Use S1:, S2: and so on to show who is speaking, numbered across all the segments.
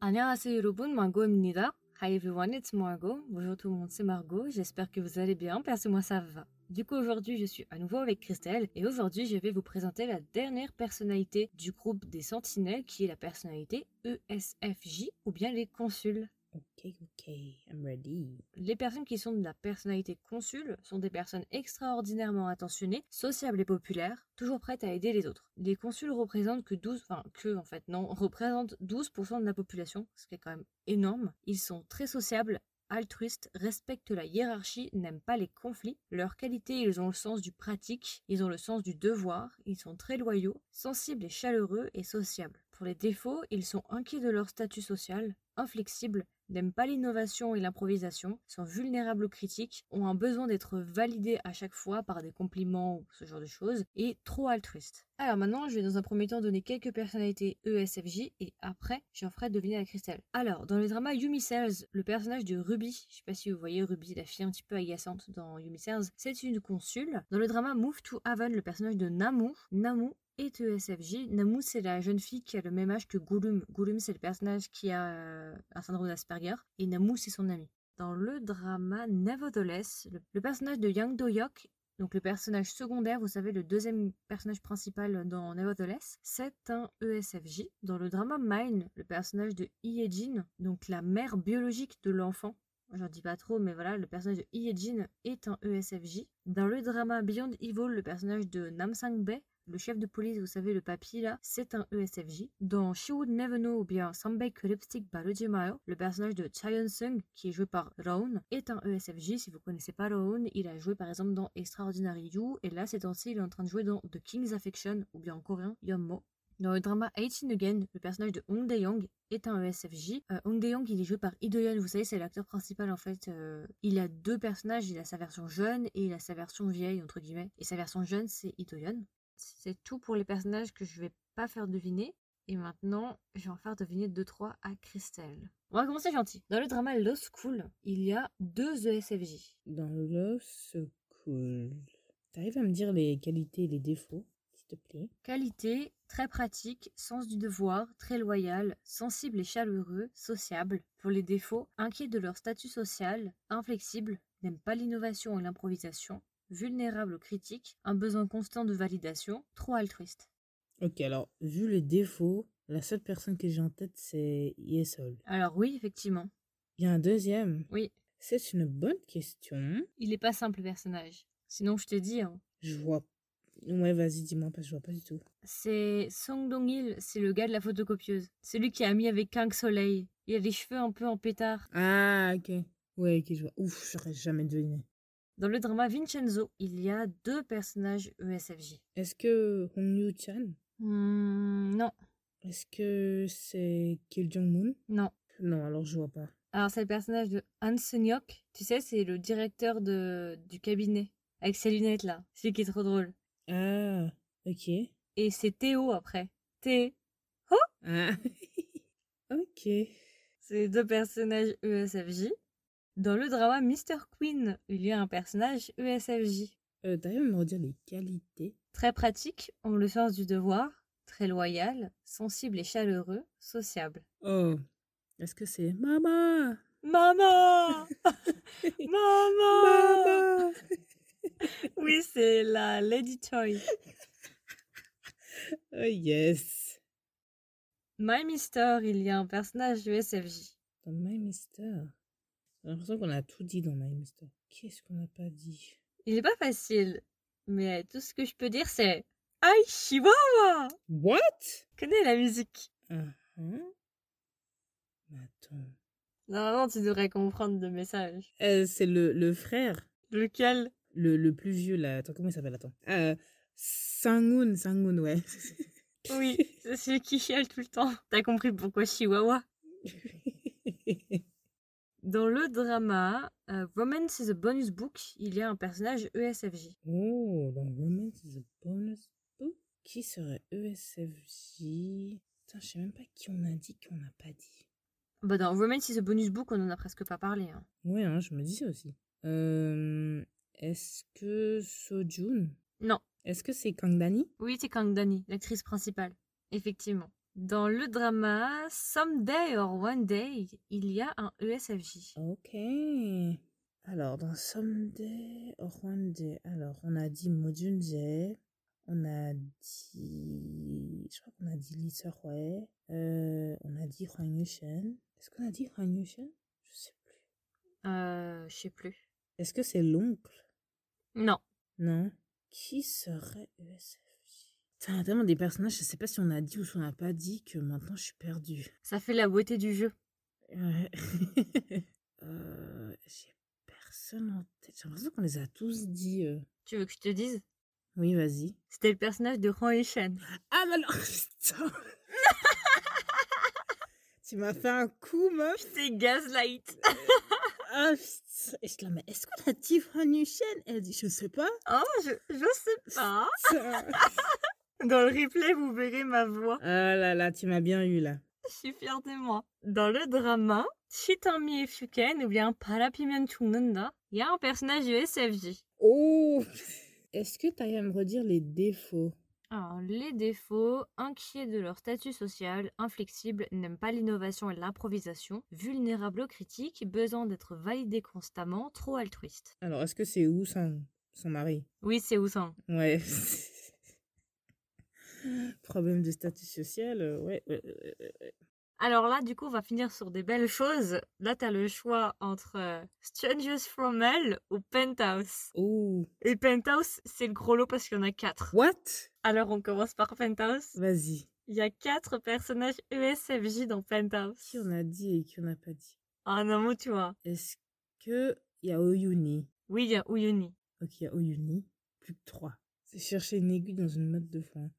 S1: 안녕하세요 여러분, Margot입니다. Hi everyone, it's Margot. Bonjour tout le monde, c'est Margot. J'espère que vous allez bien, perso moi ça va. Du coup aujourd'hui je suis à nouveau avec Christelle et aujourd'hui je vais vous présenter la dernière personnalité du groupe des Sentinelles qui est la personnalité E ESFJ ou bien les consuls.
S2: Ok, ok, I'm ready.
S1: Les personnes qui sont de la personnalité consul sont des personnes extraordinairement attentionnées, sociables et populaires, toujours prêtes à aider les autres. Les consuls représentent que 12, enfin que en fait non, représentent 12% de la population, ce qui est quand même énorme. Ils sont très sociables, altruistes, respectent la hiérarchie, n'aiment pas les conflits. Leurs qualités, ils ont le sens du pratique, ils ont le sens du devoir, ils sont très loyaux, sensibles et chaleureux et sociables. Pour les défauts, ils sont inquiets de leur statut social, inflexibles, n'aiment pas l'innovation et l'improvisation, sont vulnérables aux critiques, ont un besoin d'être validés à chaque fois par des compliments ou ce genre de choses, et trop altruistes. Alors maintenant, je vais dans un premier temps donner quelques personnalités E ESFJ, et après, j'en ferai deviner la Christelle. Alors, dans le drama Yumi Cells, le personnage de Ruby, je sais pas si vous voyez Ruby, la fille un petit peu agaçante dans Yumi Cells, c'est une consule. Dans le drama Move to Heaven, le personnage de Namu, Namu est ESFJ. Namu, c'est la jeune fille qui a le même âge que Gollum. Gollum, c'est le personnage qui a euh, un syndrome d'Asperger. Et Namu, c'est son ami. Dans le drama Nevertheless, le, le personnage de Yang Do-yok, donc le personnage secondaire, vous savez, le deuxième personnage principal dans Nevertheless, c'est un E ESFJ. Dans le drama Mine, le personnage de Iejin, donc la mère biologique de l'enfant, j'en dis pas trop, mais voilà, le personnage de Iejin est un E ESFJ. Dans le drama Beyond Evil, le personnage de Nam Sang-bae, le chef de police, vous savez, le papy là, c'est un E ESFJ. Dans She Would Never Know ou bien Sanbei Lipstick Barujimayo, le personnage de Chaeyeon Sung, qui est joué par Raon, est un E ESFJ. Si vous connaissez pas Raon, il a joué par exemple dans Extraordinary You, et là, ces temps-ci, il est en train de jouer dans The King's Affection, ou bien en coréen, Yonmo. Dans le drama 18 Again, le personnage de Hong Dae-young est un ESFJ. Euh, Hong Dae-young, il est joué par Lee Do-yeon, vous savez, c'est l'acteur principal en fait. Euh, il a deux personnages, il a sa version jeune et il a sa version vieille, entre guillemets. Et sa version jeune, c'est Lee Do-yeon. C'est tout pour les personnages que je vais pas faire deviner. Et maintenant, je vais en faire deviner 2-3 à Christelle. On va commencer gentil. Dans le drama Low School, il y a deux E ESFJ.
S2: Dans le School, t'arrives à me dire les qualités et les défauts, s'il te plaît
S1: Qualité, très pratique, sens du devoir, très loyal, sensible et chaleureux, sociable. Pour les défauts, inquiet de leur statut social, inflexible, n'aime pas l'innovation et l'improvisation, vulnérable aux critiques, un besoin constant de validation, trop altruiste.
S2: Ok, alors, vu les défauts, la seule personne que j'ai en tête, c'est Yesol.
S1: Alors oui, effectivement.
S2: Il y a un deuxième
S1: Oui.
S2: C'est une bonne question.
S1: Il est pas simple le personnage. Sinon, je te dis, hein.
S2: Je vois. Ouais, vas-y, dis-moi, parce que je vois pas du tout.
S1: c'est Song Dong-il, c'est le gars de la photocopieuse. Celui qui a ami avec Kang Soleil. Il a les cheveux un peu en pétard.
S2: Ah, ok. Ouais, ok, je vois. Ouf, j'aurais jamais deviné.
S1: Dans le drama Vincenzo, il y a deux personnages E ESFJ.
S2: Est-ce que Hong Yu-chan
S1: Hmm, non,
S2: Est-ce que c'est Kim Jong-moon
S1: non.
S2: Non, alors je vois pas.
S1: Alors, c'est le personnage de Han Sun-hyuk. Tu sais, c'est le directeur de, du cabinet. Avec ses lunettes là. Celui qui est trop drôle.
S2: Ah, ok.
S1: Et c'est Théo après. T.
S2: Ah. ok.
S1: C'est les deux personnages E ESFJ. Dans le drama Mr. Queen, il y a un personnage E ESFJ.
S2: Euh, D'ailleurs, me redire les qualités.
S1: Très pratique, ont le sens du devoir, très loyal, sensible et chaleureux, sociable.
S2: Oh, est-ce que c'est Maman
S1: Maman Maman
S2: Maman
S1: Oui, c'est la Lady Toy.
S2: Oh yes
S1: My Mister, il y a un personnage ESFJ.
S2: Dans My Mister. J'ai l'impression qu'on a tout dit dans My Mister. Qu'est-ce qu'on n'a pas dit
S1: Il est pas facile, mais tout ce que je peux dire, c'est Aïe Chihuahua
S2: What
S1: Connais la musique
S2: Ah, hein Mais Attends.
S1: Normalement, tu devrais comprendre le message.
S2: Euh, c'est le, le frère,
S1: Lequel
S2: le, le plus vieux là. Attends, comment il s'appelle Attends. Euh, Sangun, Sangun, ouais.
S1: Oui, c'est celui qui chiale tout le temps. T'as compris pourquoi Chihuahua Dans le drama euh, Romance is a Bonus Book, il y a un personnage E ESFJ.
S2: Oh, dans Romance is a Bonus Book. Qui serait E ESFJ Putain, je sais même pas qui on a dit, qui on n'a pas dit.
S1: Bah dans Romance is a Bonus Book, on en a presque pas parlé. hein.
S2: Ouais, hein, je me dis ça aussi. Euh, Est-ce que Sojun
S1: Non.
S2: Est-ce que c'est Kangdani
S1: Oui, c'est Kang Dani, l'actrice principale. Effectivement. Dans le drama Someday or One Day, il y a un E ESFJ.
S2: Ok. Alors, dans Someday or One Day, alors, on a dit Mojunje, on a dit. Je crois qu'on a dit Lee Seok-hwae, euh, on a dit Hwang Yushen. Est-ce qu'on a dit Hwang Yushen Je sais plus.
S1: Euh, je sais plus.
S2: Est-ce que c'est l'oncle
S1: Non.
S2: Non. Qui serait ESFJ Putain, il y a tellement des personnages, je sais pas si on a dit ou si on n'a pas dit que maintenant je suis perdue.
S1: Ça fait la beauté du jeu.
S2: Ouais. Euh, j'ai personne en tête. J'ai l'impression qu'on les a tous dit. euh.
S1: Tu veux que je te dise
S2: Oui, vas-y.
S1: C'était le personnage de Huang Yishen.
S2: Ah, mais alors, putain Tu m'as fait un coup, meuf
S1: Je t'ai gaslight.
S2: Ah, putain Et je la mais est-ce qu'on a dit Fanny Chen Elle dit, je sais pas.
S1: Oh, je, je sais pas.
S2: Putain.
S1: Dans le replay, vous verrez ma voix.
S2: ah là là, tu m'as bien eu, là.
S1: Je suis fière de moi. Dans le drama Chitami Fuken ou bien Parapimen Chungnunda, il y a un personnage de SFJ.
S2: Oh Est-ce que t'arrives à me redire les défauts
S1: Alors, Ah, les défauts, inquiets de leur statut social, inflexibles, n'aiment pas l'innovation et l'improvisation, vulnérables aux critiques, besoin d'être validés constamment, trop altruistes.
S2: Alors, est-ce que c'est où son, son mari
S1: Oui, c'est hein. Ousan.
S2: Ouais. Problème de statut social, euh, ouais. ouais, ouais, ouais, ouais.
S1: Alors là, du coup, on va finir sur des belles choses. Là, t'as le choix entre euh, Strangers from Hell ou Penthouse.
S2: Oh
S1: Et Penthouse, c'est le gros lot parce qu'il y en a quatre.
S2: What
S1: Alors, on commence par Penthouse.
S2: Vas-y.
S1: Il y a quatre personnages E ESFJ dans Penthouse.
S2: Qui on a dit et qui on n'a pas dit
S1: Ah non, mais tu vois.
S2: Est-ce que il y a Oyuni
S1: Oui, il y a Uyuni.
S2: Ok, il y a Oyuni. Plus que trois. C'est chercher une aiguille dans une mode de foin.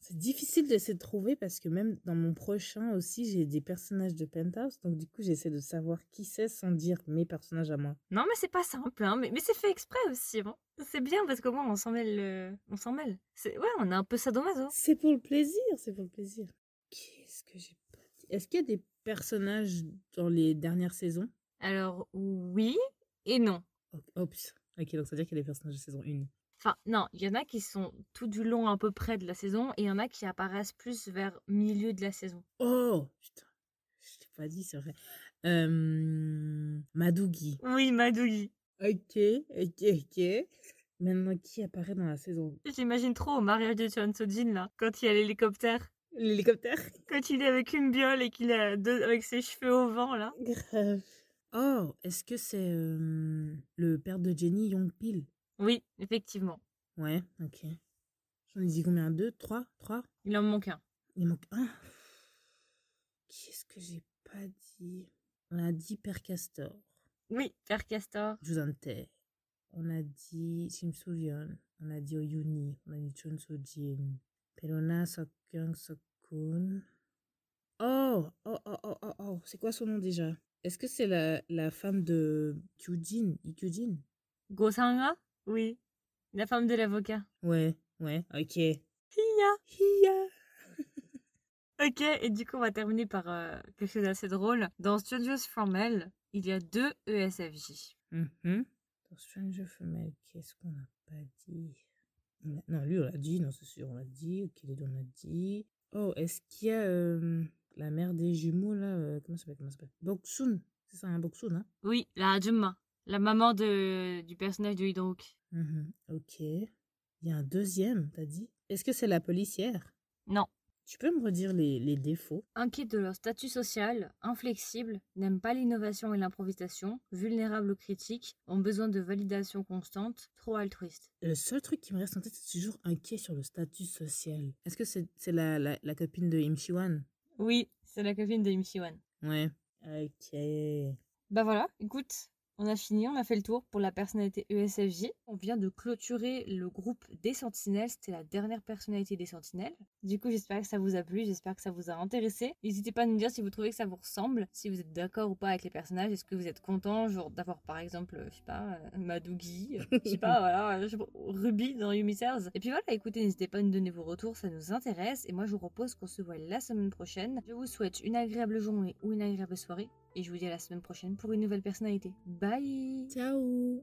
S2: C'est difficile d'essayer de trouver parce que même dans mon prochain aussi, j'ai des personnages de Penthouse. Donc du coup, j'essaie de savoir qui c'est sans dire mes personnages à moi.
S1: Non, mais c'est pas simple, hein. Mais, mais c'est fait exprès aussi, hein. C'est bien parce qu'au moins, on s'en mêle. euh, On s'en mêle. C'est... Ouais, on est un peu sadomaso.
S2: C'est pour le plaisir, c'est pour le plaisir. Qu'est-ce que j'ai pas dit Est-ce qu'il y a des personnages dans les dernières saisons
S1: Alors, oui et non.
S2: oh, oh, putain. Ok, donc ça veut dire qu'il y a des personnages de saison 1.
S1: Enfin, non, il y en a qui sont tout du long à peu près de la saison et il y en a qui apparaissent plus vers milieu de la saison.
S2: Oh putain, je l'ai pas dit, c'est vrai. Euh, Madougi.
S1: Oui, Madougi.
S2: Ok, ok, ok. Maintenant, qui apparaît dans la saison
S1: J'imagine trop au mariage de Chan Sojin, là, quand il y a l'hélicoptère,
S2: L'hélicoptère
S1: quand il est avec une biole et qu'il a deux avec ses cheveux au vent, là.
S2: Grave. Oh, est-ce que c'est euh, le père de Jenny, Yongpil
S1: Oui, effectivement.
S2: Ouais, ok. J'en ai dit combien Deux Trois Trois
S1: Il en manque un.
S2: Il manque un. Qu'est-ce que j'ai pas dit On a dit Père Castor.
S1: Oui, Père Castor.
S2: Jusante. On a dit Sim Soo-yeon, on a dit Oyuni, on a dit Chun Soo-jin, Perona Sokyung Sokun. Oh, oh, oh, oh, oh, oh, c'est quoi son nom déjà Est-ce que c'est la, la femme de Kyujin, Lee Kyujin
S1: Gosanga Oui. La femme de l'avocat.
S2: Ouais, ouais, ok.
S1: Hiya
S2: Hiya
S1: Ok, et du coup, on va terminer par euh, quelque chose d'assez drôle. Dans Studios From Hell, il y a deux E ESFJ.
S2: Mhm. Dans Strange Female, qu'est-ce qu'on n'a pas dit On a- Non, lui, on l'a dit, non, c'est sûr, on l'a dit. Ok, les deux, on l'a dit. Oh, est-ce qu'il y a euh, la mère des jumeaux, là euh, Comment ça s'appelle Comment ça s'appelle Boksun C'est ça, un Boksun, hein
S1: Oui, la Hajumma, la maman de, du personnage de Hydrook.
S2: Mhm, Ok. Il y a un deuxième, t'as dit Est-ce que c'est la policière
S1: Non.
S2: Tu peux me redire les, les défauts
S1: Inquiets de leur statut social, inflexibles, n'aiment pas l'innovation et l'improvisation, vulnérables aux critiques, ont besoin de validation constante, trop altruistes.
S2: Le seul truc qui me reste en tête, c'est toujours inquiet sur le statut social. Est-ce que c'est c'est la, la, la copine de Im Shiwan
S1: Oui, c'est la copine de Imchiwan.
S2: Ouais. Ok.
S1: Bah voilà, écoute, on a fini, on a fait le tour pour la personnalité E ESFJ. On vient de clôturer le groupe des Sentinelles, c'était la dernière personnalité des Sentinelles. Du coup, j'espère que ça vous a plu, j'espère que ça vous a intéressé. N'hésitez pas à nous dire si vous trouvez que ça vous ressemble, si vous êtes d'accord ou pas avec les personnages, est-ce que vous êtes content genre d'avoir par exemple, euh, je sais pas, euh, Madougi, euh, je sais pas, voilà, je sais pas, Ruby dans Yumisers. Et puis voilà, écoutez, n'hésitez pas à nous donner vos retours, ça nous intéresse. Et moi, je vous propose qu'on se voit la semaine prochaine. Je vous souhaite une agréable journée ou une agréable soirée. Et je vous dis à la semaine prochaine pour une nouvelle personnalité. Bye
S2: Ciao